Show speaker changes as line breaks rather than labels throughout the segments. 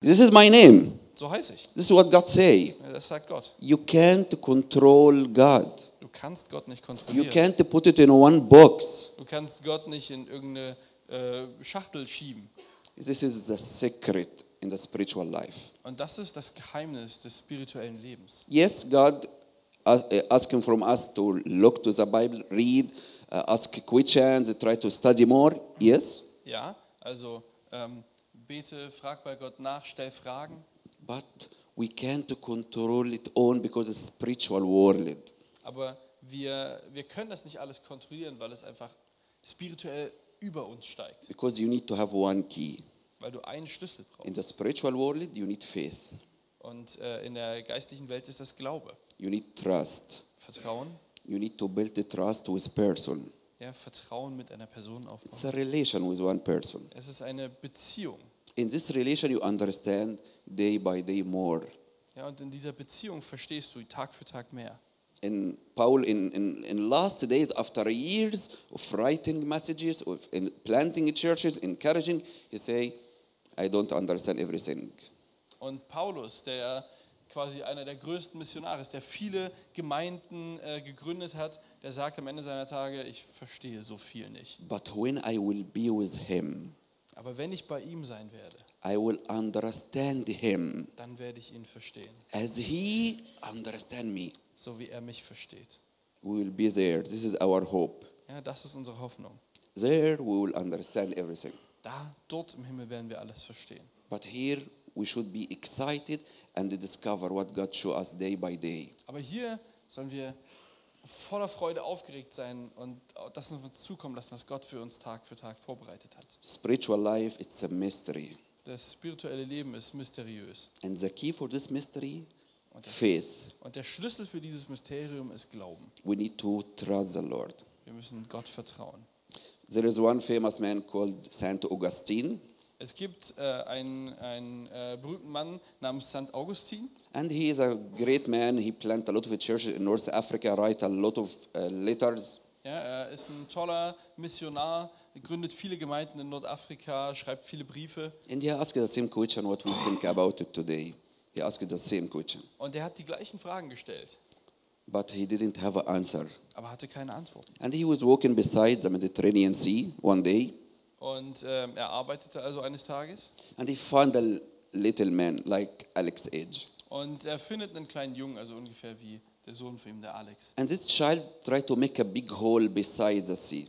This is my name.
So heiße ich.
This is what God say.
Ja, Das sagt Gott.
You can't control God.
Du kannst Gott nicht
You
kontrollieren.
can't put it in one box.
Du kannst Gott nicht in irgendeine äh, Schachtel schieben.
This is the secret in the spiritual life.
Und das ist das Geheimnis des spirituellen Lebens.
Yes, God as- eh, asking from us to look to the Bible, read, uh, ask questions, try to study more. Yes,
Ja, also ähm, bete, frag bei Gott nach, stell Fragen.
but we can't control it all because it's spiritual world.
Aber wir, wir können das nicht alles kontrollieren, weil es einfach spirituell über uns steigt.
Because you need to have one key.
Weil du einen Schlüssel brauchst.
In the spiritual world, you need faith,
Und äh, in der geistlichen Welt ist das Glaube.
you need trust,
Vertrauen.
you need to build the trust with person.
Ja, Vertrauen mit einer Person aufbauen.
It's a relation with one person.
Es ist eine Beziehung.
In this relation, you understand day by day more.
Ja, und in dieser Beziehung verstehst du Tag für Tag mehr.
In Paul, in, in, in last days, after years of writing messages, of in planting churches, encouraging, he say, I don't understand everything.
Und Paulus, der quasi einer der größten Missionare ist, der viele Gemeinden äh, gegründet hat, der sagt am Ende seiner Tage, ich verstehe so viel nicht.
But when I will be with him,
Aber wenn ich bei ihm sein werde,
I will understand him
dann werde ich ihn verstehen,
as he understand me.
so wie er mich versteht.
We will be there. This is our hope.
Ja, das ist unsere Hoffnung.
There we will understand everything.
Da, dort im Himmel werden wir alles verstehen.
But here we should be excited and discover what God show us day by day.
Aber hier sollen wir voller Freude aufgeregt sein und das auf uns zukommen lassen, was Gott für uns Tag für Tag vorbereitet hat.
Spiritual life, it's a mystery.
Das spirituelle Leben ist mysteriös.
And the key for this mystery,
Und der
faith.
Und der Schlüssel für dieses Mysterium ist Glauben.
We need to trust the Lord.
Wir müssen Gott vertrauen.
There is one famous man called Saint Augustine,
Es gibt äh, einen, einen äh, berühmten Mann namens St. Augustin
and he is a great man. He planted a lot of churches in North Africa, write a lot of uh, letters.
Ja, er ist ein toller Missionar, gründet viele Gemeinden in Nordafrika, schreibt viele Briefe.
And he asked the same question what we think about it today. He asked the same question,
Und er hat die gleichen Fragen gestellt,
but he didn't have an answer.
aber hatte keine Antworten.
And he was walking beside the Mediterranean Sea one day,
Und ähm, er arbeitete also eines Tages
and he found a l- little man like Alex Edge.
und er findet einen kleinen Jungen, also ungefähr wie der Sohn von ihm, der Alex.
And this child tried to make a big hole beside the sea.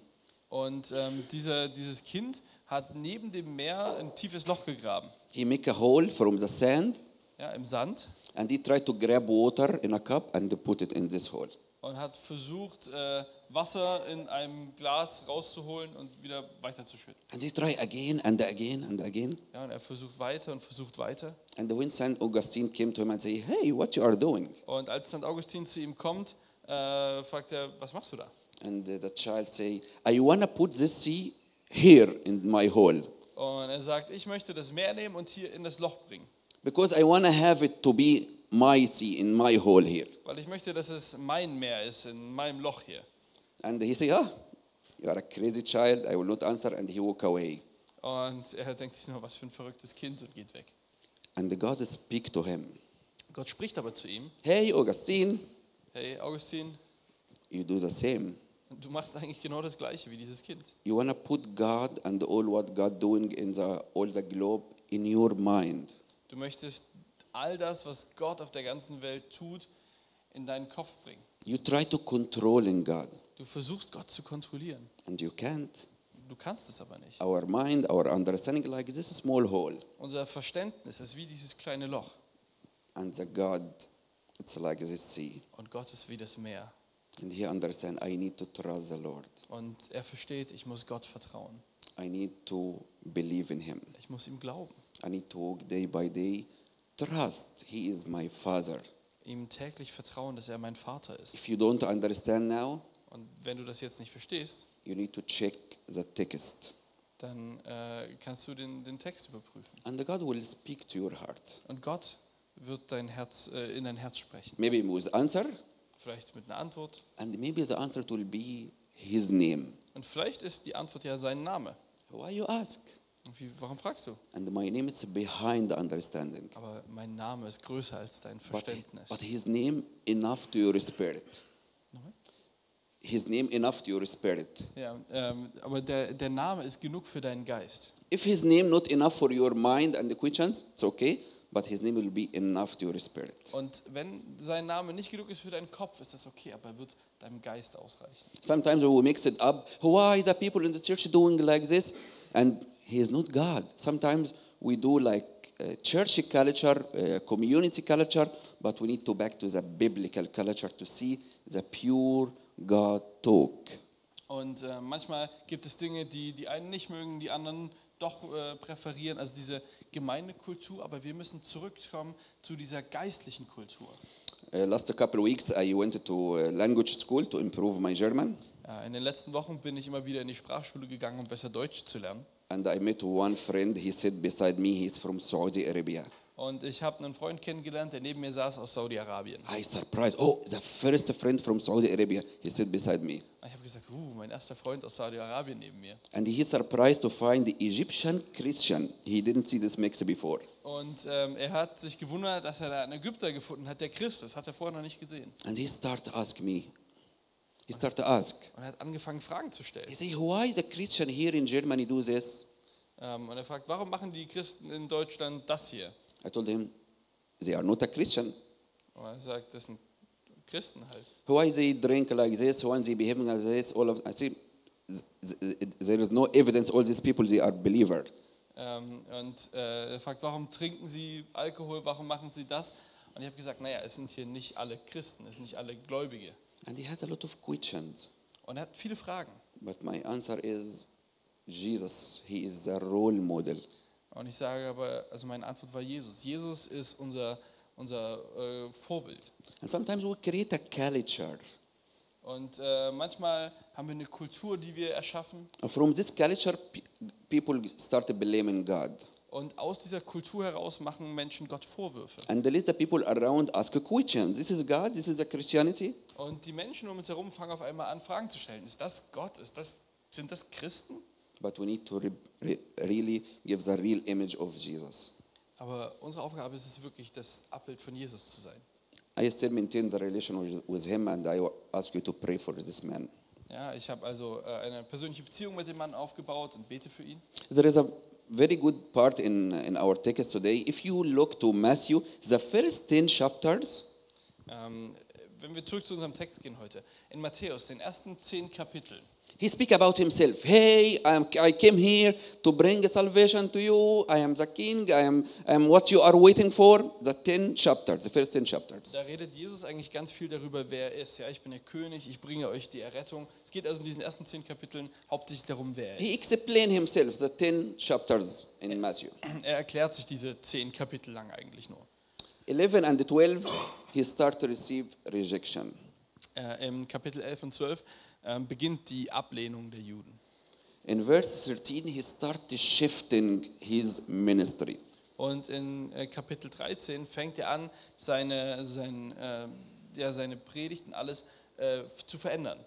Und ähm, dieser, dieses Kind hat neben dem Meer ein tiefes Loch gegraben,
He make a hole from the sand,
ja, im Sand.
and he tried to grab water in a cup and put it in this hole.
und hat versucht, äh, Wasser in einem Glas rauszuholen und wieder weiterzuschütten.
And he tried again and again and again.
Ja, und er versucht weiter und versucht weiter.
And when Saint Augustine came to him and say, "Hey, what you are doing?"
Und als St. Augustin zu ihm kommt, äh, fragt er, was machst du da?
And uh, the child say, "I wanna put this sea here in my hole
Und er sagt, ich möchte das Meer nehmen und hier in das Loch bringen,
because I wanna have it to be my sea in my hole here."
weil ich möchte, dass es mein Meer ist, in meinem Loch hier.
And he say, "Ah, you are a crazy child. I will not answer." And he walk away.
Und er denkt sich nur, was für ein verrücktes Kind und geht weg.
And God speak to him.
Gott spricht aber zu ihm,
Hey, Augustine,
hey Augustin,
you do the same.
du machst eigentlich genau das Gleiche wie dieses Kind.
You want to put God and all what God doing in the, all the globe in your mind.
Du möchtest all das, was Gott auf der ganzen Welt tut, in deinen Kopf bringen.
You try to control in God,
Du versuchst Gott zu kontrollieren.
and you can't.
Du kannst es aber nicht.
Our mind, our understanding, like this small hole,
Unser Verständnis ist wie dieses kleine Loch
and the God, it's like this sea.
und Gott ist wie das Meer.
And he understand. I need to trust the Lord.
Und er versteht, ich muss Gott vertrauen.
I need to believe in Him.
Ich muss ihm glauben.
I need to walk day by day. Trust. He is my Father.
Ihm täglich vertrauen, dass er mein Vater ist.
If you don't understand now,
Und wenn du das jetzt nicht verstehst,
you need to check the text,
dann äh, kannst du den, den Text überprüfen.
and God will speak to your heart.
Und Gott wird dein Herz, äh, in dein Herz sprechen.
maybe with answer
Vielleicht mit einer Antwort.
and maybe the answer will be his name
Und vielleicht ist die Antwort ja sein Name.
why you ask
Und wie, warum fragst du?
And my name is behind the understanding.
Aber mein Name ist größer als dein
But,
Verständnis.
but his name enough to your spirit.
Nochmal?
His name enough to your spirit.
Ja, ähm, aber der, der Name ist genug für deinen Geist.
If his name not enough for your mind and the questions, it's okay. But his name will be enough to your spirit.
Und wenn sein Name nicht genug ist für deinen Kopf, ist das okay, aber er wird deinem Geist ausreichen.
Sometimes we mix it up. Why the people in the church doing like this? And he is not God. Sometimes we do like uh, church culture, uh, community culture, but we need to back to the biblical culture to see the pure God talk.
Und äh, manchmal gibt es Dinge, die die einen nicht mögen, die anderen doch äh, präferieren, also diese Gemeindekultur, aber wir müssen zurückkommen zu dieser geistlichen Kultur.
Uh, last couple of weeks, I went to uh, language school to improve my German,
Ja, Äh, in den letzten Wochen bin ich immer wieder in die Sprachschule gegangen, um besser Deutsch zu lernen.
and I met one friend. He sat beside me. He's from Saudi Arabia.
Und ich habe einen Freund kennengelernt, der neben mir saß aus Saudi-Arabien.
I surprised. Oh, the first friend from Saudi Arabia. He sat beside me.
Ich habe gesagt, uh, mein erster Freund aus Saudi-Arabien neben mir.
And he surprised to find the Egyptian Christian. He didn't see this mix before.
Und ähm, er hat sich gewundert, dass er da einen Ägypter gefunden hat, der Christ ist. Hat er vorher noch nicht gesehen.
And he started to ask me. He started to ask.
Und er hat angefangen, Fragen zu
He
stellen.
say, why the Christian here in Germany do this?
Ähm, und er fragt, warum machen die Christen in Deutschland das hier?
I told him, they are not a Christian.
Und er sagt, das sind Christen halt.
Why they drink like this? Why they behaving like this? All of I say, th- th- there is no evidence. All these people they are believer.
Ähm, und äh, er fragt, warum trinken sie Alkohol, warum machen sie das? Und ich habe gesagt, naja, es sind hier nicht alle Christen, es sind nicht alle Gläubige.
And he has a lot of questions.
Und er hat viele Fragen.
But my answer is, Jesus. He is the role model.
Und ich sage aber, also meine Antwort war Jesus. Jesus ist unser, unser äh, Vorbild.
And sometimes we create a culture.
Und äh, manchmal haben wir eine Kultur, die wir erschaffen.
From this culture, pe- people started blaming God.
Und aus dieser Kultur heraus machen Menschen Gott Vorwürfe.
And the little people around ask a question. This is God? This is the Christianity?
Und die Menschen um uns herum fangen auf einmal an, Fragen zu stellen. Ist das Gott? Ist das, sind das Christen?
But we need to re- re- really give the real image of Jesus.
Aber unsere Aufgabe ist es wirklich, das Abbild von Jesus zu sein.
I still maintain the relation with- with him, and I wa- ask you to pray for this man.
Ja, ich habe also äh, eine persönliche Beziehung mit dem Mann aufgebaut und bete für ihn.
There is a very good part in, in our text today. If you look to Matthew, the first 10 chapters,
Ähm, wenn wir zurück zu unserem Text gehen heute. In Matthäus, den ersten zehn Kapitel,
He speak about himself. Hey, I, am, I came here to bring salvation to you. I am the king. I am, I am what you are waiting for. The 10 chapters, the first 10 chapters.
Da redet Jesus eigentlich ganz viel darüber, wer er ist. Ja, ich bin der König, ich bringe euch die Errettung. Es geht also in diesen ersten zehn Kapiteln hauptsächlich darum, wer er
He
ist.
explained himself, the 10 chapters in Matthew.
Er erklärt sich diese zehn Kapitel lang eigentlich nur.
11 and 12, he start to receive rejection.
Äh, Im Kapitel 11 und 12 ähm, beginnt die Ablehnung der Juden.
In verse 13, he start shifting his ministry.
Und in äh, Kapitel 13 fängt er an, seine, sein, äh, ja, seine Predigten alles äh, zu verändern.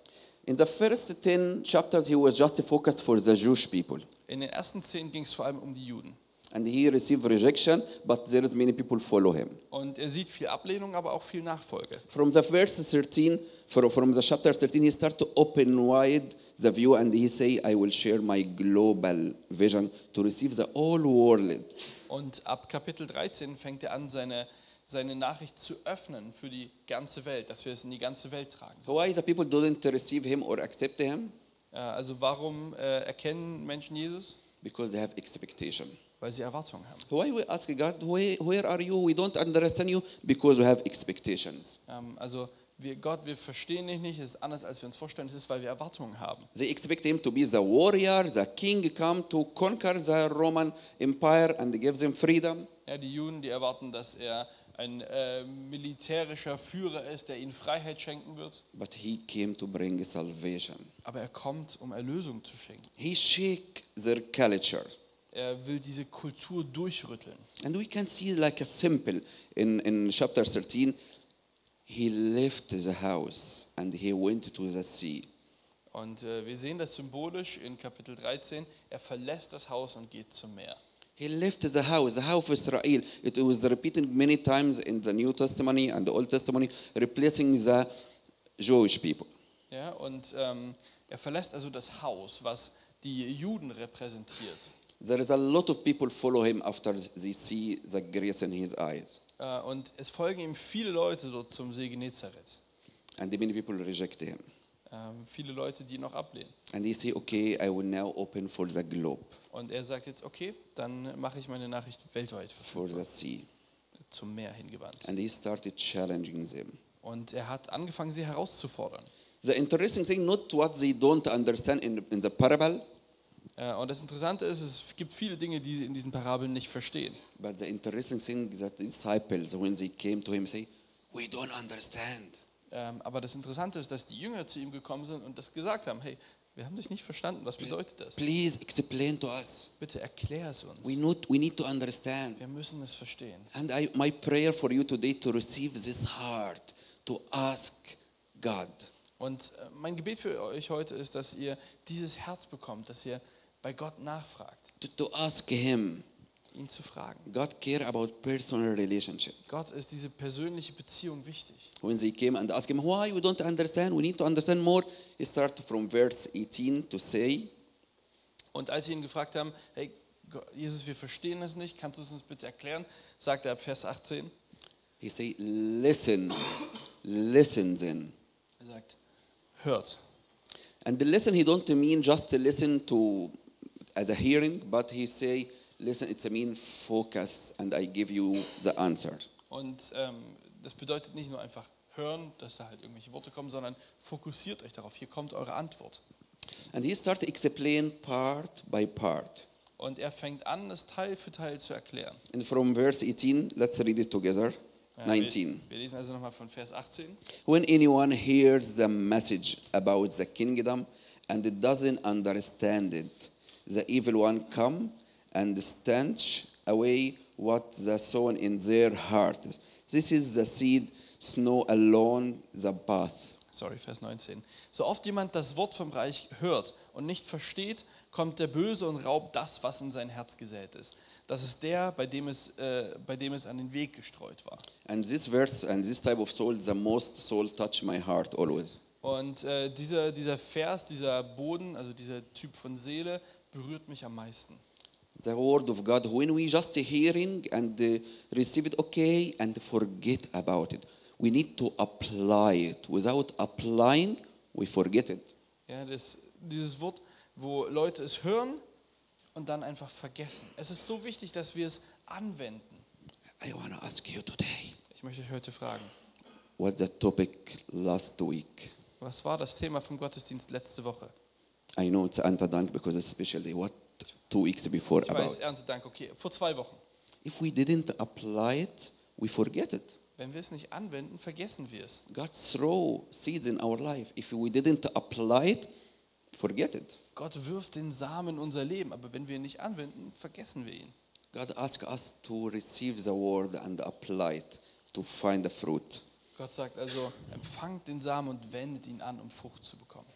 In the first 10 chapters, he was just focused for the Jewish people.
In den ersten zehn ging es vor allem um die Juden.
And he received rejection, but there is many people follow him.
Und er sieht viel Ablehnung, aber auch viel Nachfolge.
From the verse 13, from, from the chapter 13, he start to open wide the view and he say, I will share my global vision to receive the whole world.
Und ab Kapitel 13 fängt er an, seine, seine Nachricht zu öffnen für die ganze Welt, dass wir es in die ganze Welt tragen.
So why the people didn't receive him or accept him?
Äh, Also warum äh, erkennen Menschen Jesus?
Because they have expectation.
Weil sie Erwartungen haben.
Why we ask God, where, where are you? We don't understand you because we have expectations.
Ähm, Also wir, Gott, wir verstehen dich nicht, es ist anders, als wir uns vorstellen, es ist, weil wir Erwartungen haben.
They expect him to be the warrior, the king come to conquer the Roman Empire and give them freedom.
Ja, die Juden, die erwarten, dass er ein äh, militärischer Führer ist, der ihnen Freiheit schenken wird.
But he came to bring salvation.
Aber er kommt, um Erlösung zu schenken.
He shake their culture.
Er will diese Kultur durchrütteln.
And we can see like a simple in, in chapter 13, he left the house and he went to the sea.
Und äh, wir sehen das symbolisch in Kapitel 13. Er verlässt das Haus und geht zum Meer.
He left the house, the house of Israel. It was repeated many times in the New Testament and the Old Testament, replacing the Jewish people.
Ja, und ähm, er verlässt also das Haus, was die Juden repräsentiert.
There is a lot of people follow him after they see the grace in his eyes.
Äh, und es folgen ihm viele Leute dort zum See Genezareth.
And many people reject him.
Ähm, viele Leute, die ihn noch ablehnen.
And they say, okay, I will now open for the globe,
Und er sagt jetzt, okay, dann mache ich meine Nachricht weltweit
for
verfügbar,
the sea.
zum Meer hingewandt.
And he started challenging them.
Und er hat angefangen, sie herauszufordern.
The interesting thing, not what they don't understand in, in the parable,
Äh, Und das Interessante ist, es gibt viele Dinge, die sie in diesen Parabeln nicht verstehen.
but the interesting thing is that disciples, when they came to him, say, we don't understand.
Ähm, Aber das Interessante ist, dass die Jünger zu ihm gekommen sind und das gesagt haben, hey, wir haben dich nicht verstanden, was bedeutet das?
Please explain to us.
Bitte erklär es uns.
We, not, we need to understand.
Wir müssen es verstehen.
And I, my prayer for you today to receive this heart to ask God.
Und äh, mein Gebet für euch heute ist, dass ihr dieses Herz bekommt, dass ihr bei Gott nachfragt,
To, to ask Him.
ihn zu fragen.
God care about personal relationship.
Gott ist diese persönliche Beziehung wichtig.
When they came and asked him why we don't understand, we need to understand more. He start from verse 18 to say,
Und als sie ihn gefragt haben, hey, Go- Jesus, wir verstehen das nicht, kannst du es uns bitte erklären? Sagt er ab Vers 18,
he say, listen, listen then.
er sagt, hört.
And the listen he don't mean just to listen to as a hearing, but he say, listen, it's a mean focus, and I give you the answer.
Und ähm, das bedeutet nicht nur einfach hören, dass da halt irgendwelche Worte kommen, sondern fokussiert euch darauf. Hier kommt eure Antwort.
And he start to explain part by part.
Und er fängt an, das Teil für Teil zu erklären.
And from verse 18, let's read it together.
Ja,
19.
Wir, wir lesen also nochmal von Vers 18.
When anyone hears the message about the kingdom and doesn't understand it, the evil one come and stench away what the sown in their heart. This is the seed snow alone the path.
Sorry, Vers 19. So oft jemand das Wort vom Reich hört und nicht versteht, kommt der Böse und raubt das, was in sein Herz gesät ist. Das ist der, bei dem es, äh, bei dem es an den Weg gestreut war.
And this verse and this type of soul, the most soul touch my heart always.
Und äh, dieser, dieser Vers, dieser Boden, also dieser Typ von Seele, berührt mich am meisten.
The word of God, when we just hearing and uh, receive it, okay, and forget about it. We need to apply it. Without applying, we forget it.
Ja, das, dieses Wort, wo Leute es hören und dann einfach vergessen. Es ist so wichtig, dass wir es anwenden.
I want to ask you today
Ich möchte euch heute fragen,
what's the topic last week?
was war das Thema vom Gottesdienst letzte Woche?
I know it's Antadank because especially what two weeks before
Ich weiß,
about.
Erntedank, okay, vor zwei Wochen.
If we didn't apply it, we forget it.
Wenn wir es nicht anwenden, vergessen wir es.
God throw seeds in our life. If we didn't apply it, forget it.
Gott wirft den Samen in unser Leben, aber wenn wir ihn nicht anwenden, vergessen wir ihn.
God asks us to receive the word and apply it to find the fruit.
Gott sagt also, empfangt den Samen und wendet ihn an, um Frucht zu bekommen.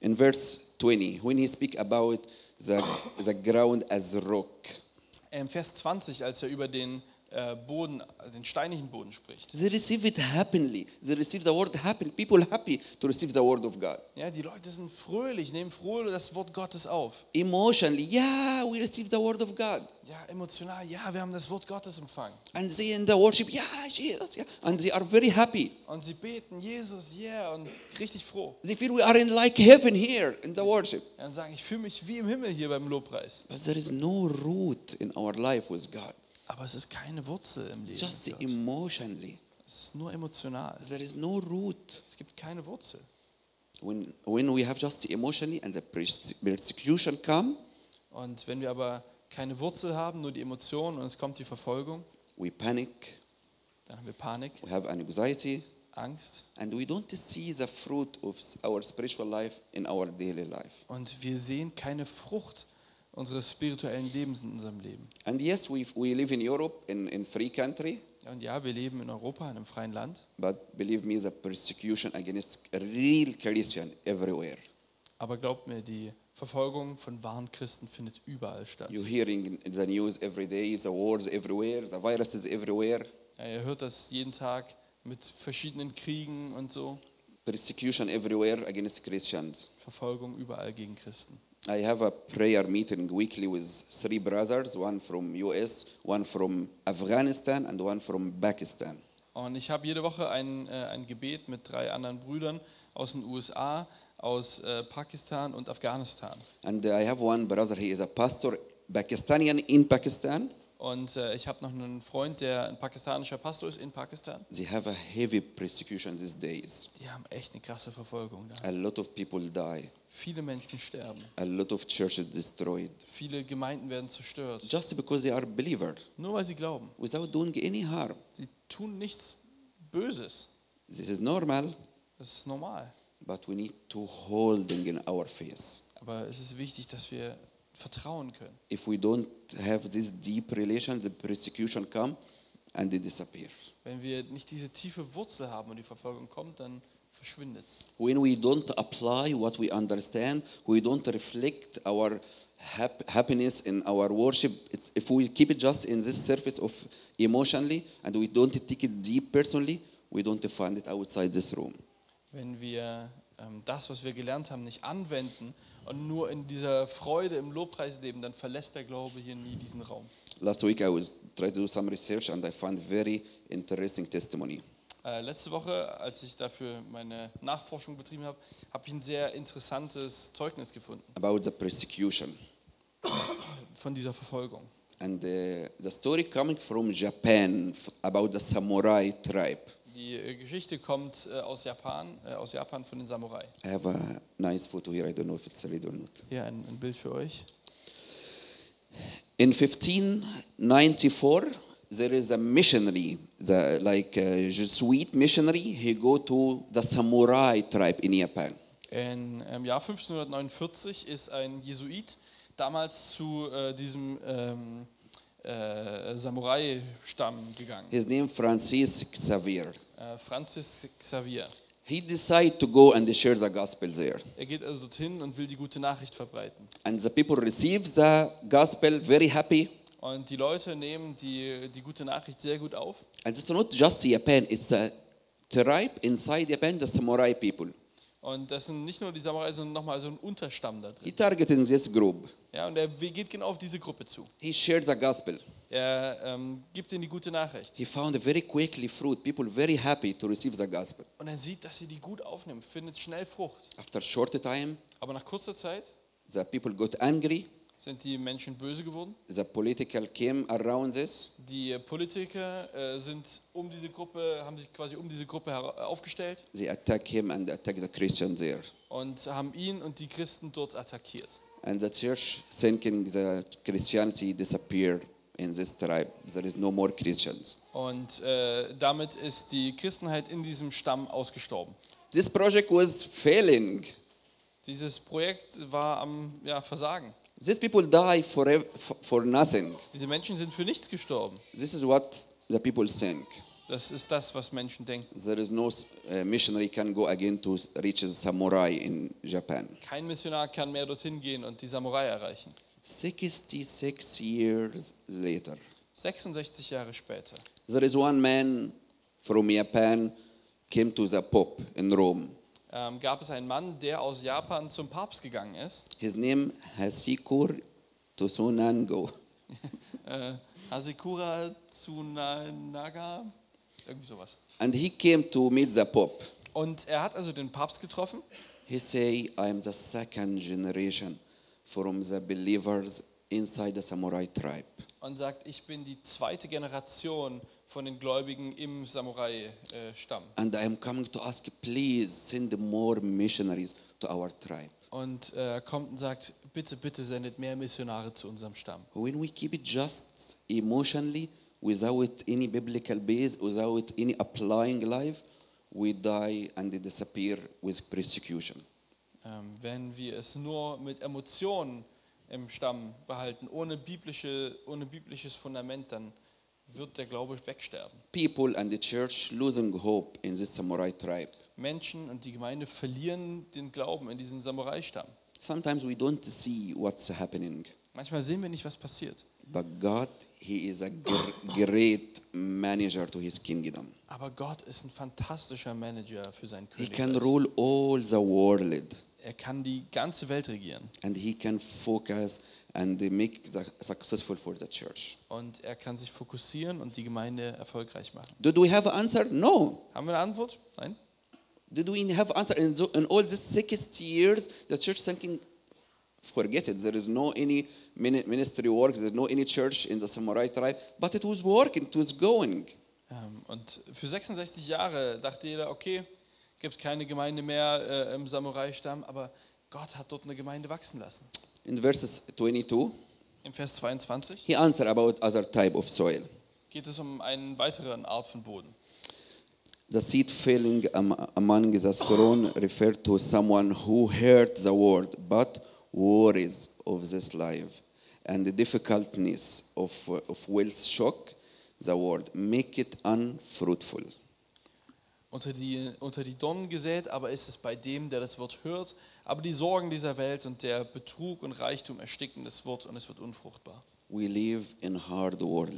In verse 20, when he speak about the, the ground as rock,
Im Ähm, Vers 20, als er über den äh, Boden, also den steinigen Boden spricht.
they receive it happily. They receive the word happily. People happy to receive the word of God.
Ja, die Leute sind fröhlich, nehmen froh das Wort Gottes auf.
Emotionally, yeah, we receive the word of God.
Ja, emotional, ja, wir haben das Wort Gottes empfangen.
And they in the worship, yeah, Jesus, yeah. And they are very happy.
Und sie beten, Jesus, yeah, und richtig froh.
They feel we are in like heaven here in the worship.
Ja, und sagen, ich fühle mich wie im Himmel hier beim Lobpreis.
But there is no root in our life with God.
Aber es ist keine Wurzel im Leben.
It's just
mit Gott.
emotionally.
Es ist nur emotional.
There is no root.
Es gibt keine Wurzel.
when when we have just emotionally and the perse- persecution come
Und wenn wir aber keine Wurzel haben, nur die Emotionen und es kommt die Verfolgung,
we panic
dann haben wir Panik,
we have anxiety
Angst
and we don't see the fruit of our spiritual life in our daily life
und wir sehen keine Frucht unseres spirituellen Lebens in unserem Leben.
and yes we we live in europe in in free country
Ja, Und ja, wir leben in Europa, in einem freien Land,
but believe me the persecution against real christian everywhere
Aber glaubt mir, die Verfolgung von wahren Christen findet überall statt.
You're hearing in the news every day, the wars everywhere, the viruses everywhere,
Ja, ihr hört das jeden Tag mit verschiedenen Kriegen und so.
persecution everywhere against Christians.
Verfolgung überall gegen Christen.
I have a prayer meeting weekly with three brothers, one from US, one from Afghanistan, and one from Pakistan.
Und ich habe jede Woche ein, äh, ein Gebet mit drei anderen Brüdern aus den USA, aus äh, Pakistan und Afghanistan.
And I have one brother, he is a pastor, Pakistani in Pakistan.
Und äh, ich habe noch einen Freund, der ein pakistanischer Pastor ist in Pakistan.
They have a heavy persecution these days.
Die haben echt eine krasse Verfolgung da.
A lot of people die,
Viele Menschen sterben.
a lot of churches destroyed
Viele Gemeinden werden zerstört.
just because they are believers
Nur weil sie glauben.
without doing any harm.
Sie tun nichts Böses.
This is normal,
Das ist normal.
but we need to hold them in our face.
Aber es ist wichtig, dass wir vertrauen können.
If we don't have this deep relation, the persecution come and they disappear.
Wenn wir nicht diese tiefe Wurzel haben und die Verfolgung kommt, dann verschwindet es.
When we don't apply what we understand, we don't reflect our hap- happiness in our worship. It's, if we keep it just in this surface of emotionally and we don't take it deep personally, we don't find it outside this room.
Wenn wir ähm, das, was wir gelernt haben, nicht anwenden und nur in dieser Freude im Lobpreis leben, dann verlässt der Glaube hier nie diesen Raum.
Last week I was trying to do some research and I found very interesting testimony.
Äh, letzte Woche, als ich dafür meine Nachforschung betrieben habe, habe ich ein sehr interessantes Zeugnis gefunden
about the persecution.
von dieser Verfolgung.
And uh, the story coming from Japan f- about the samurai tribe.
Die äh, Geschichte kommt äh, aus Japan, äh, aus Japan von den Samurai.
I have a nice photo here. I don't know if it's read or not.
Hier ein, ein Bild für euch.
In 1594, there is a missionary, the, like a Jesuit missionary. He go to the samurai tribe in Japan.
In, Im Jahr 1549 ist ein Jesuit damals zu äh, diesem ähm, äh, Samurai-Stamm gegangen,
His name Francis Xavier.
äh, Francis Xavier.
He decide to go and share the gospel there.
Er geht also dorthin und will die gute Nachricht verbreiten.
And the people receive the gospel very happy.
Und die Leute nehmen die, die gute Nachricht sehr gut auf.
And it's not just Japan, it's a tribe inside Japan, the samurai people.
Und das sind nicht nur die Samurai, sondern nochmal so ein Unterstamm da
He
drin.
targeting this group.
Ja, und er geht genau auf diese Gruppe zu.
He shared the gospel.
Er ähm, gibt ihnen die gute Nachricht.
He found very quickly fruit. People very happy to receive the gospel.
Und er sieht, dass sie die gut aufnehmen, findet schnell Frucht.
After short time,
Aber nach kurzer Zeit
the people got angry.
sind die Menschen böse geworden.
The political came around this.
Die Politiker äh, sind um diese Gruppe, haben sich quasi um diese Gruppe hera- aufgestellt
They attack him and attack the Christians there.
und haben ihn und die Christen dort attackiert.
And the church thinking the Christianity disappeared in this tribe. There is no more Christians.
Und äh, damit ist die Christenheit in diesem Stamm ausgestorben.
This project was failing.
Dieses Projekt war am ja, Versagen.
These people die for, ev- for for nothing.
Diese Menschen sind für nichts gestorben.
This is what the people think.
Das ist das, was Menschen denken.
There is no uh, missionary can go again to reach the samurai in Japan.
Kein Missionar kann mehr dorthin gehen und die Samurai erreichen.
66 years later,
66 Jahre später
there is one man from Japan came to the Pope in Rome.
ähm, gab es einen Mann, der aus Japan zum Papst gegangen ist.
His name Hasikur Tosunango.
Äh, Hasekura Tsunaga, irgendwie sowas.
And he came to meet the Pope.
Und er hat also den Papst getroffen
He say, I am the second generation from the believers inside the samurai tribe.
und sagt, ich bin die zweite Generation von den Gläubigen im Samurai-Stamm.
And I am coming to ask, please send more missionaries to our tribe.
und äh, kommt und sagt, bitte, bitte sendet mehr Missionare zu unserem Stamm.
When we keep it just emotionally, without any biblical base, without any applying life, we die and they disappear with persecution.
Ähm, wenn wir es nur mit Emotionen im Stamm behalten, ohne, biblische, ohne biblisches Fundament, dann wird der Glaube wegsterben.
People and the church losing hope in this samurai tribe.
Menschen und die Gemeinde verlieren den Glauben in diesen Samurai-Stamm.
Sometimes we don't see what's happening,
Manchmal sehen wir nicht, was passiert.
but God, He is a gr- great manager to His kingdom.
Aber Gott ist ein fantastischer Manager für sein
He can
Königreich.
rule all the world,
Er kann die ganze Welt regieren
and He can focus and make the successful for the church.
und er kann sich fokussieren und die Gemeinde erfolgreich machen.
Did we have an answer? No.
Haben wir eine Antwort? Nein?
Did we have answer in, so, in all these 60 years? The church thinking, forget it. There is no any mini- ministry work. There's no any church in the samurai tribe. But it was working. It was going.
Ähm, Und für 66 Jahre dachte jeder, okay, gibt keine Gemeinde mehr äh, im Samurai-Stamm, aber Gott hat dort eine Gemeinde wachsen lassen.
In verses 22,
Im Vers 22
he answered about other type of soil.
geht es um einen weiteren Art von Boden.
The seed falling am- among the thorn referred to someone who heard the word, but worries of this life and the difficultness of, of wealth shock the word, make it unfruitful.
Unter die, unter die Donnen gesät, aber ist es bei dem, der das Wort hört, aber die Sorgen dieser Welt und der Betrug und Reichtum ersticken das Wort und es wird unfruchtbar.
We live in hard world,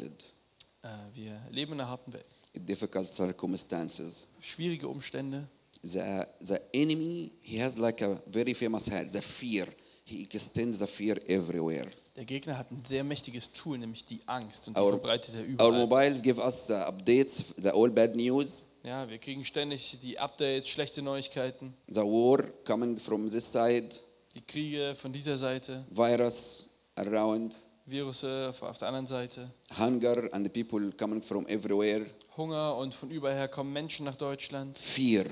Äh, Wir leben in einer harten Welt.
difficult circumstances.
Schwierige Umstände.
The, the enemy, he has like a very famous hat, the fear. He extends the fear everywhere.
Der Gegner hat ein sehr mächtiges Tool, nämlich die Angst, und die
Our-
verbreitet er
Our
überall.
mobiles give us the updates, the all bad news,
Ja, wir kriegen ständig die Updates, schlechte Neuigkeiten,
the war coming from this side,
die Kriege von dieser Seite,
virus around,
Virusse auf der anderen Seite,
hunger and the people coming from everywhere,
Hunger und von überall her kommen Menschen nach Deutschland.
fear.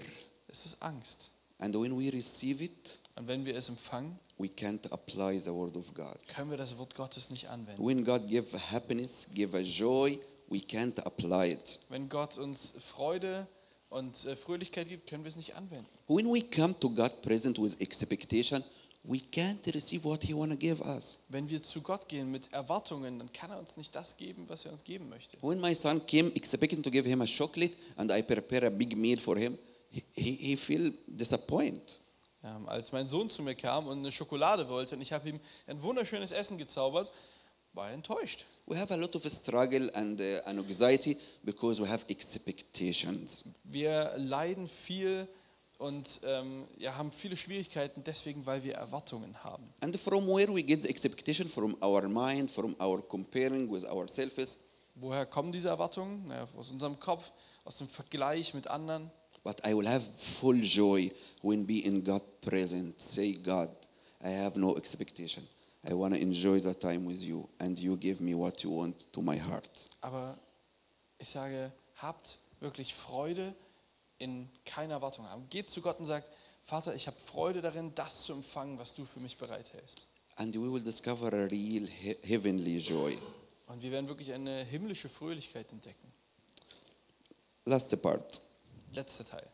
Es ist Angst.
And when we receive it,
Und wenn wir es empfangen,
we can't apply the word of God.
können wir das Wort Gottes nicht anwenden.
When God give happiness, give a joy, we can't apply it.
Wenn Gott uns Freude und äh, Fröhlichkeit gibt, können wir es nicht anwenden.
When we come to God present with expectation, we can't receive what He want to give us.
Wenn wir zu Gott gehen mit Erwartungen, dann kann er uns nicht das geben, was er uns geben möchte.
When my son came expecting to give him a chocolate and I prepare a big meal for him, he, he, he feel disappointed.
Ähm, als mein Sohn zu mir kam und eine Schokolade wollte und ich habe ihm ein wunderschönes Essen gezaubert, war er enttäuscht.
We have a lot of struggle and, uh, and anxiety because we have expectations.
Wir leiden viel und ähm, ja, haben viele Schwierigkeiten deswegen, weil wir Erwartungen haben.
And from where we get the expectation? From our mind, from our comparing with ourselves.
Woher kommen diese Erwartungen? Naja, aus unserem Kopf, aus dem Vergleich mit anderen.
But I will have full joy when be in God present. Say, God, I have no expectation. I want to enjoy the time with you, and you give me what you want to my heart.
Aber ich sage, habt wirklich Freude in keiner Erwartung haben. Geht zu Gott und sagt, Vater, ich habe Freude darin, das zu empfangen, was du für mich bereithältst.
And we will discover a real he- heavenly joy.
Und wir werden wirklich eine himmlische Fröhlichkeit entdecken.
Last part.
Letzter Teil.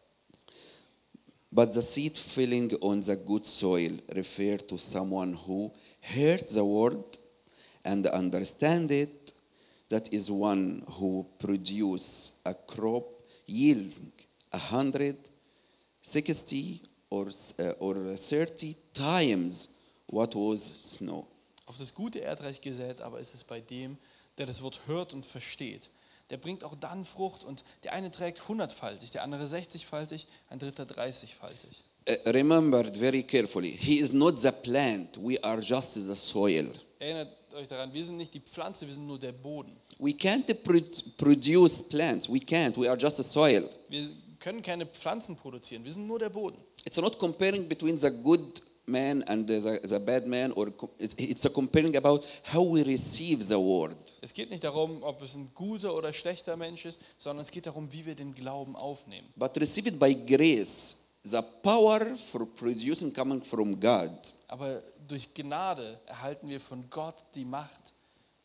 But the seed falling on the good soil refer to someone who heard the word and understand it. That is one who produce a crop yielding a hundred, sixty, or uh, or thirty times what was snow.
auf das gute Erdreich gesät, aber ist es bei dem, der das Wort hört und versteht. Der bringt auch dann Frucht und der eine trägt hundertfaltig, der andere sechzigfaltig, ein dritter dreißigfaltig.
Uh, remember it very carefully. He is not the plant. We are just the soil.
Erinnert euch daran, wir sind nicht die Pflanze, wir sind nur der Boden.
We can't pro- produce plants. We can't. We are just the soil.
Wir können keine Pflanzen produzieren, wir sind nur der Boden.
It's not comparing between the good man and the, the bad man, or co- it's, it's a comparing about how we receive the word.
Es geht nicht darum, ob es ein guter oder schlechter Mensch ist, sondern es geht darum, wie wir den Glauben aufnehmen.
But receive it by grace. The power for producing coming from God.
Aber durch Gnade erhalten wir von Gott die Macht,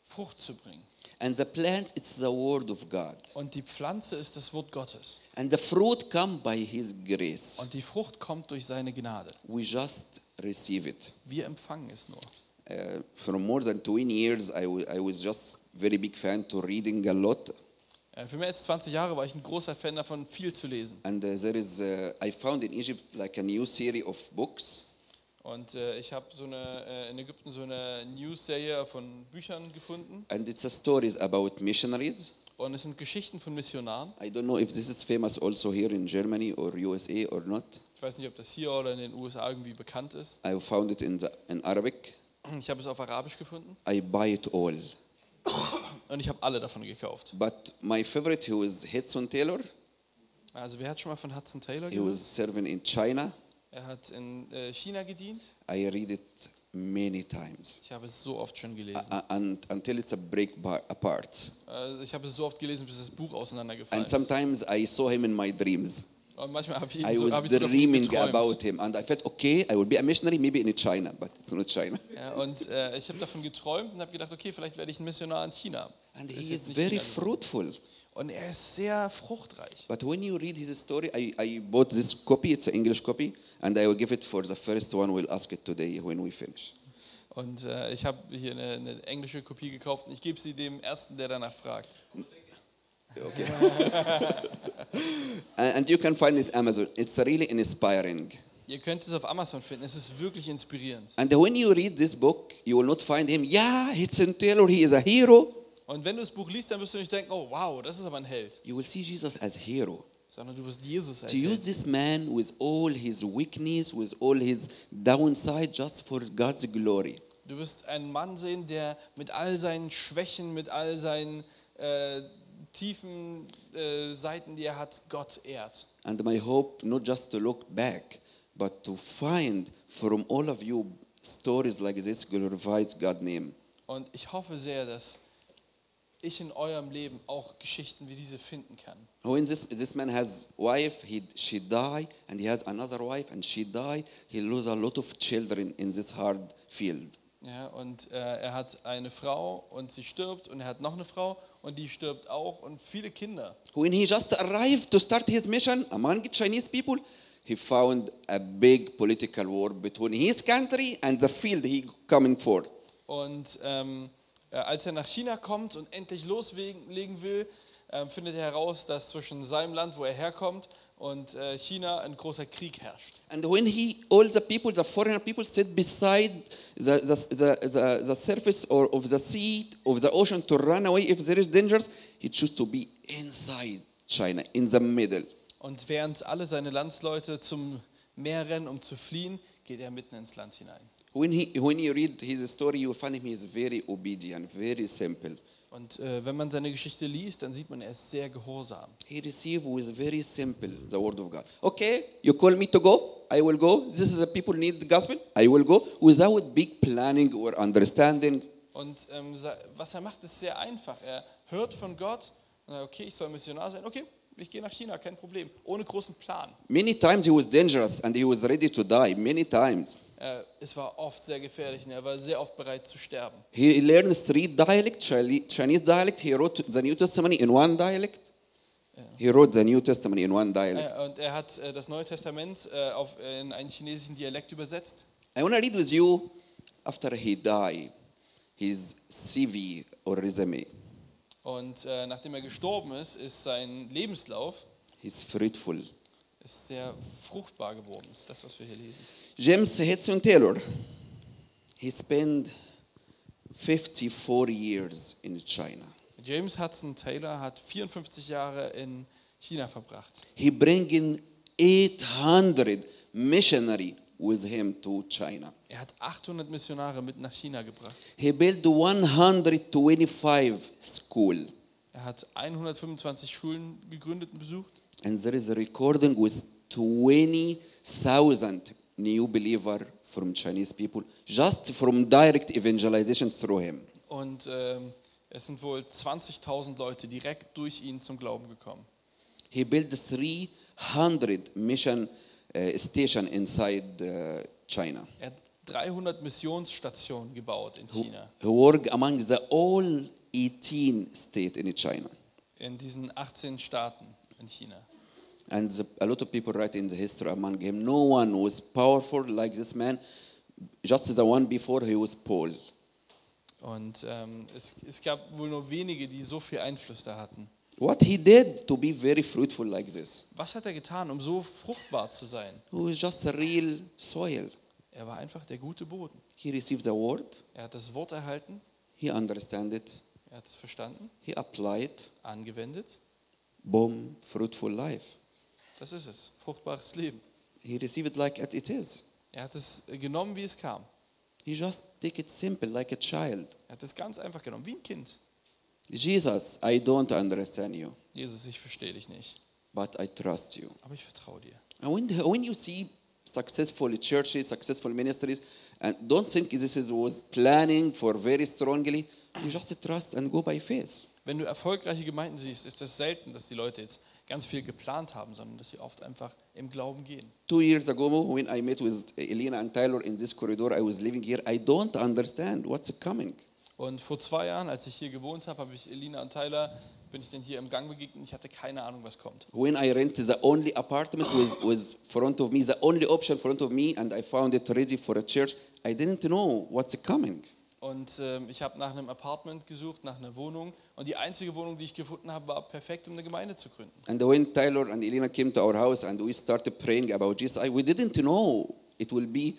Frucht zu bringen.
And the plant, it's the word of God.
Und die Pflanze ist das Wort Gottes.
And the fruit come by his grace.
Und die Frucht kommt durch seine Gnade.
We just receive it.
Wir empfangen es nur.
Uh, for more than 20 years, I wa- I was just very big fan to reading a lot.
Äh, Für mehr als 20 Jahre war ich ein großer Fan davon, viel zu lesen.
And uh, there is, uh, I found in Egypt like a new series of books.
Und äh, ich habe so eine, äh, in Ägypten so eine News-Serie von Büchern gefunden.
And it's a stories about missionaries.
Und es sind Geschichten von Missionaren.
I don't know if this is famous also here in Germany or USA or not.
Ich weiß nicht, ob das hier oder in den USA irgendwie bekannt ist.
I found it in, the, in Arabic.
Ich habe es auf Arabisch gefunden
I buy it all.
und ich habe alle davon gekauft.
But my favorite, he was Hudson Taylor.
Also wer hat schon mal von Hudson Taylor
He
gehört?
was serving in China.
Er hat in äh, China gedient.
I read it many times.
Ich habe es so oft schon gelesen.
Uh, and until it's a break bar, apart.
Äh, ich habe es so oft gelesen, bis das Buch auseinandergefallen
And
ist.
sometimes I saw him in my dreams.
Und manchmal habe ich ihn
I
so,
was
habe ich sogar von ihm
dreaming about
geträumt.
him, and I felt okay, I will be a missionary, maybe in China, but it's not China.
Ja, und äh, ich habe davon geträumt und habe gedacht, okay, vielleicht werde ich ein Missionar in China.
And
Ist
he
jetzt
is
nicht
very
China geworden.
fruitful.
und er ist sehr fruchtreich.
But when you read his story, I, I bought this copy, it's an English copy, and I will give it for the first one. We'll ask it today when we finish.
Und äh, ich habe hier eine, eine englische Kopie gekauft und ich gebe sie dem ersten, der danach fragt.
Okay. and and you can find it Amazon. It's really inspiring.
Ihr könnt es auf Amazon finden. Es ist wirklich inspirierend.
And when you read this book, you will not find him, yeah, Hudson Taylor, he is a hero.
Und wenn du das Buch liest, dann wirst du nicht denken, oh wow, das ist aber ein Held,
You will see Jesus as hero.
sondern du wirst Jesus als
to use
Held.
this man with all his weakness, with all his downside, just for God's glory.
Du wirst einen Mann sehen, der mit all seinen Schwächen, mit all seinen äh, tiefen äh, Seiten, die er hat, Gott ehrt.
And my hope, not just to look back, but to find from all of you stories like this glorifies God's name.
Und ich hoffe sehr, dass ich in eurem Leben auch Geschichten wie diese finden kann.
When this, this man has wife, he, she die, and he has another wife, and she die, he lose a lot of children in this hard field.
Ja, und äh, er hat eine Frau und sie stirbt und er hat noch eine Frau und die stirbt auch und viele Kinder.
When he just arrived to start his mission among Chinese people, he found a big political war between his country and the field he coming for.
Und ähm, äh, als er nach China kommt und endlich loslegen will, ähm, findet er heraus, dass zwischen seinem Land, wo er herkommt, und äh, China ein großer Krieg herrscht.
And when he, all the people, the foreigner people, sit beside the, the, the, the, the surface or of the sea, of the ocean to run away if there is dangers, he chose to be inside China, in the middle.
Und während alle seine Landsleute zum Meer rennen, um zu fliehen, geht er mitten ins Land hinein.
When, he, when you read his story, you find him he is very obedient, very simple.
Und äh, wenn man seine Geschichte liest, dann sieht man, er ist sehr gehorsam.
He received with very simple the word of God. Okay, you call me to go, I will go. This is the people need the gospel, I will go without big planning or understanding.
Und ähm, sa- was er macht, ist sehr einfach. Er hört von Gott, na, okay, ich soll Missionar sein, okay, ich gehe nach China, kein Problem, ohne großen Plan.
Many times he was dangerous and he was ready to die. Many times
Äh, es war oft sehr gefährlich und er war sehr oft bereit zu sterben.
he learned three dialect, Chile- Chinese dialect. He wrote the New Testament in one dialect. He wrote the New Testament in one dialect.
Äh, und er hat äh, das Neue Testament äh, auf, in einen chinesischen Dialekt übersetzt.
I want to read with you after he died, his CV or resume,
Und äh, nachdem er gestorben ist, ist sein Lebenslauf
his fruitful.
ist sehr fruchtbar geworden. Ist das, was wir hier lesen.
James Hudson Taylor, he spent 54 years in China.
James Hudson Taylor hat 54 Jahre in China verbracht.
He bringing 800 missionary with him to China.
Er hat 800 Missionare mit nach China gebracht.
He built 125 school,
Er hat 125 Schulen gegründet und besucht.
and there is a recording with 20,000 new believer from Chinese people just from direct evangelization through him.
Und ähm, es sind wohl 20.000 Leute direkt durch ihn zum Glauben gekommen.
He built 300 mission uh, station inside uh, China.
Er hat 300 Missionsstationen gebaut in China,
He worked among the all 18 states in China.
in diesen 18 Staaten in China.
And the, a lot of people write in the history among him. No one was powerful like this man. Just the one before he was Paul.
Und ähm, es, es gab wohl nur wenige, die so viel Einfluss da hatten.
What he did to be very fruitful like this?
Was hat er getan, um so fruchtbar zu sein?
He was just a real soil.
Er war einfach der gute Boden.
He received the word,
Er hat das Wort erhalten,
he understood it,
er hat es verstanden,
he applied,
angewendet.
boom, fruitful life.
Das ist es, fruchtbares Leben.
He received it like it is.
Er hat es äh, genommen, wie es kam.
He just take it simple like a child.
Er hat es ganz einfach genommen, wie ein Kind.
Jesus, I don't understand you,
Jesus, ich verstehe dich nicht,
but I trust you.
aber ich vertraue dir.
And when, when you see successful churches, successful ministries, and don't think this is, was planning for very strongly, you just trust and go by faith.
Wenn du erfolgreiche Gemeinden siehst, ist es selten, dass die Leute jetzt ganz viel geplant haben, sondern dass sie oft einfach im Glauben gehen.
Two years ago, when I met with Elena and Tyler in this corridor, I was living here. I don't understand what's coming.
Und vor zwei Jahren, als ich hier gewohnt habe, habe ich Elina und Tyler, bin ich denn hier im Gang begegnet. Ich hatte keine Ahnung, was kommt.
When I rented the only apartment was, was front of me, the only option front of me, and I found it ready for a church. I didn't know what's coming.
Und ähm, ich habe nach einem Apartment gesucht, nach einer Wohnung. Und die einzige Wohnung, die ich gefunden habe, war perfekt, um eine Gemeinde zu gründen.
And when Tyler and Elena came to our house and we started praying about Jesus, I, we didn't know it will be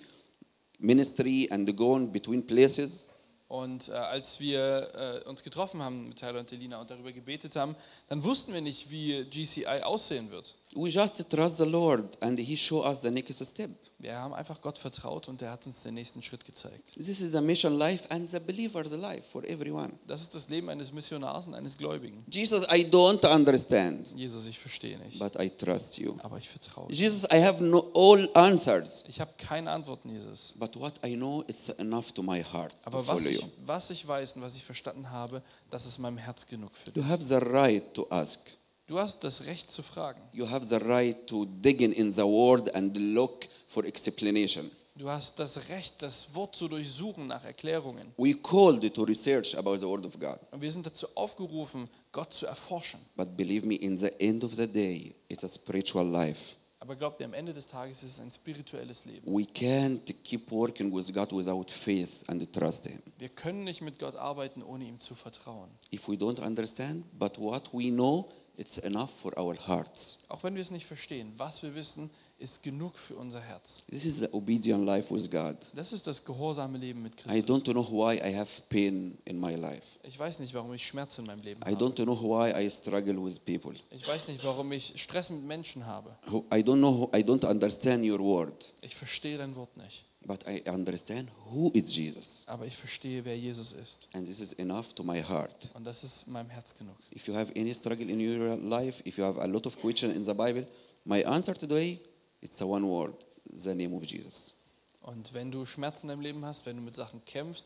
ministry and going between places.
Und äh, als wir äh, uns getroffen haben mit Tyler und Elina und darüber gebetet haben, dann wussten wir nicht, wie GCI aussehen wird.
We just trust the Lord and He show us the next step.
Wir haben einfach Gott vertraut und er hat uns den nächsten Schritt gezeigt.
This is a mission life and the believer's life for everyone.
Das ist das Leben eines Missionars und eines Gläubigen.
Jesus, I don't understand,
Jesus, ich verstehe nicht,
but I trust you.
aber ich vertraue dir.
Jesus, I have no all answers,
Ich habe keine Antworten, Jesus.
but what I know is enough to my heart to
Aber
follow
was ich,
you.
was ich weiß und was ich verstanden habe, das ist meinem Herz genug für dich.
You have the right to ask.
Du hast das Recht zu fragen.
You have the right to dig in, in the word and look for explanation.
Du hast das Recht, das Wort zu durchsuchen nach Erklärungen.
We called to research about the word of God.
Und wir sind dazu aufgerufen, Gott zu erforschen.
But believe me, in the end of the day, it's a spiritual life.
Aber glaubt mir, am Ende des Tages ist es ein spirituelles Leben.
We can't keep working with God without faith and trust Him.
Wir können nicht mit Gott arbeiten, ohne ihm zu vertrauen.
If we don't understand, but what we know, it's enough for our hearts.
Auch wenn wir es nicht verstehen, was wir wissen, ist genug für unser Herz.
This is the obedient life with God.
Das ist das gehorsame Leben mit
I
Christus.
don't know why I have pain in my life.
Ich weiß nicht, warum ich Schmerz in meinem Leben
I
habe.
don't know why I struggle with people.
Ich weiß nicht, warum ich Stress mit Menschen habe.
Who- I don't know, I don't understand your word,
Ich verstehe dein Wort nicht,
but I understand who is Jesus.
aber ich verstehe, wer Jesus ist.
And this is enough to my heart.
Und das ist meinem Herz genug.
If you have any struggle in your life, if you have a lot of question in the Bible, my answer today, it's a one word, the name of Jesus.
Und wenn du Schmerzen in deinem Leben hast, wenn du mit Sachen kämpfst,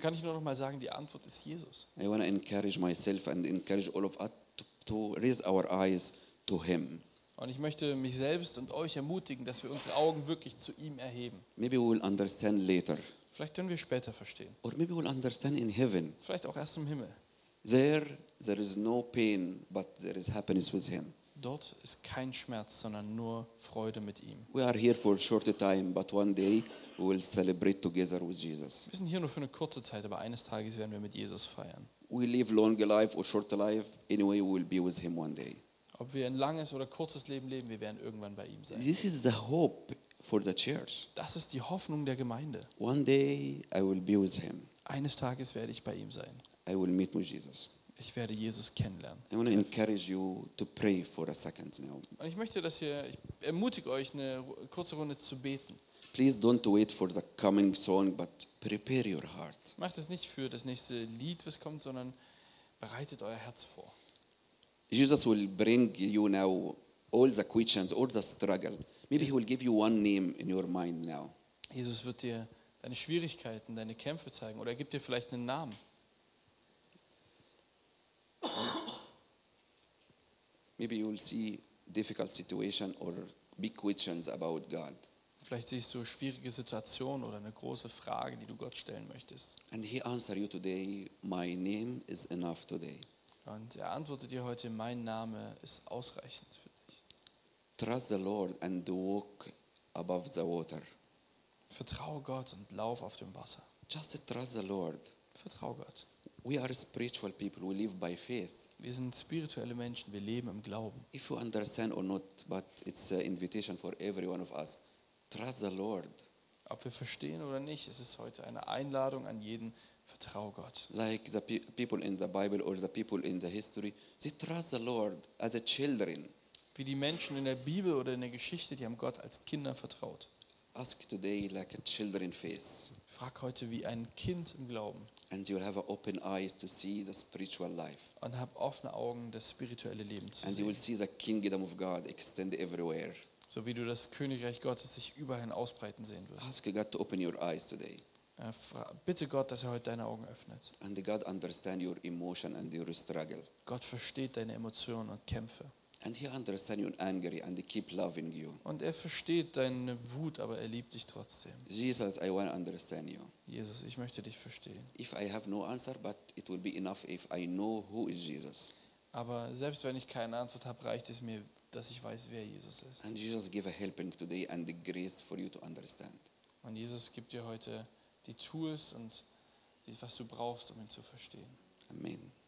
kann ich nur noch mal sagen, die Antwort ist Jesus.
I want to encourage myself and encourage all of us to, to raise our eyes to Him.
Und ich möchte mich selbst und euch ermutigen, dass wir unsere Augen wirklich zu ihm erheben.
Maybe we will understand later,
Vielleicht können wir später verstehen.
or maybe we'll understand in heaven.
Vielleicht auch erst im Himmel.
There, there is no pain, but there is happiness with Him.
Dort ist kein Schmerz, sondern nur Freude mit ihm.
We are here for a short time, but one day we will celebrate together with Jesus.
Wir sind hier nur für eine kurze Zeit, aber eines Tages werden wir mit Jesus feiern.
We live long life or short life, anyway, we will be with Him one day.
Ob wir ein langes oder kurzes Leben leben, wir werden irgendwann bei ihm sein.
This is the hope for the church.
Das ist die Hoffnung der Gemeinde.
One day I will be with him.
Eines Tages werde ich bei ihm sein.
I will meet with Jesus.
Ich werde Jesus kennenlernen.
I want to encourage you to pray for a second now.
Und ich möchte, dass ihr, ich ermutige euch, eine Ru- kurze Runde zu beten.
Please don't wait for the coming song, but prepare your heart.
Macht es nicht für das nächste Lied, was kommt, sondern bereitet euer Herz vor.
Jesus will bring you now all the questions, all the struggle. Maybe he will give you one name in your mind now.
Jesus wird dir deine Schwierigkeiten, deine Kämpfe zeigen oder er gibt dir vielleicht einen Namen.
Maybe you will see difficult situation or big questions about God.
Vielleicht siehst du schwierige Situationen oder eine große Frage, die du Gott stellen möchtest.
And he answer you today, my name is enough today.
Und er antwortet dir heute, mein Name ist ausreichend für dich.
Trust the Lord and walk above the water.
Vertraue Gott und lauf auf dem Wasser.
Just trust the Lord.
Vertrau Gott.
We are spiritual people. We live by faith.
Wir sind spirituelle Menschen, wir leben im Glauben.
If you understand or not, but it's an invitation for every one of us. Trust the Lord.
Ob wir verstehen oder nicht, es ist heute eine Einladung an jeden, vertrau Gott.
Like the pe- people in the Bible or the people in the history, they trust the Lord as a children.
Wie die Menschen in der Bibel oder in der Geschichte, die haben Gott als Kinder vertraut.
Ask today like a children face,
Frag heute wie ein Kind im Glauben
and you'll have open eyes to see the spiritual life,
und hab offene Augen, das spirituelle Leben zu
and you will
sehen.
see the kingdom of God extend everywhere.
So wie du das Königreich Gottes sich überall ausbreiten sehen wirst.
Ask God to open your eyes today,
Äh, fra- Bitte Gott, dass er heute deine Augen öffnet.
and God understand your emotion and your struggle,
Gott versteht deine Emotionen und Kämpfe.
and He understand your anger and He keep loving you.
Und er versteht deine Wut, aber er liebt dich trotzdem.
Jesus, I want to understand you.
Jesus, ich möchte dich verstehen.
If I have no answer, but it will be enough if I know who is Jesus.
Aber selbst wenn ich keine Antwort habe, reicht es mir, dass ich weiß, wer Jesus ist.
And Jesus give a helping today and the grace for you to understand.
Und Jesus gibt dir heute die Tools und die- was du brauchst, um ihn zu verstehen.
Amen.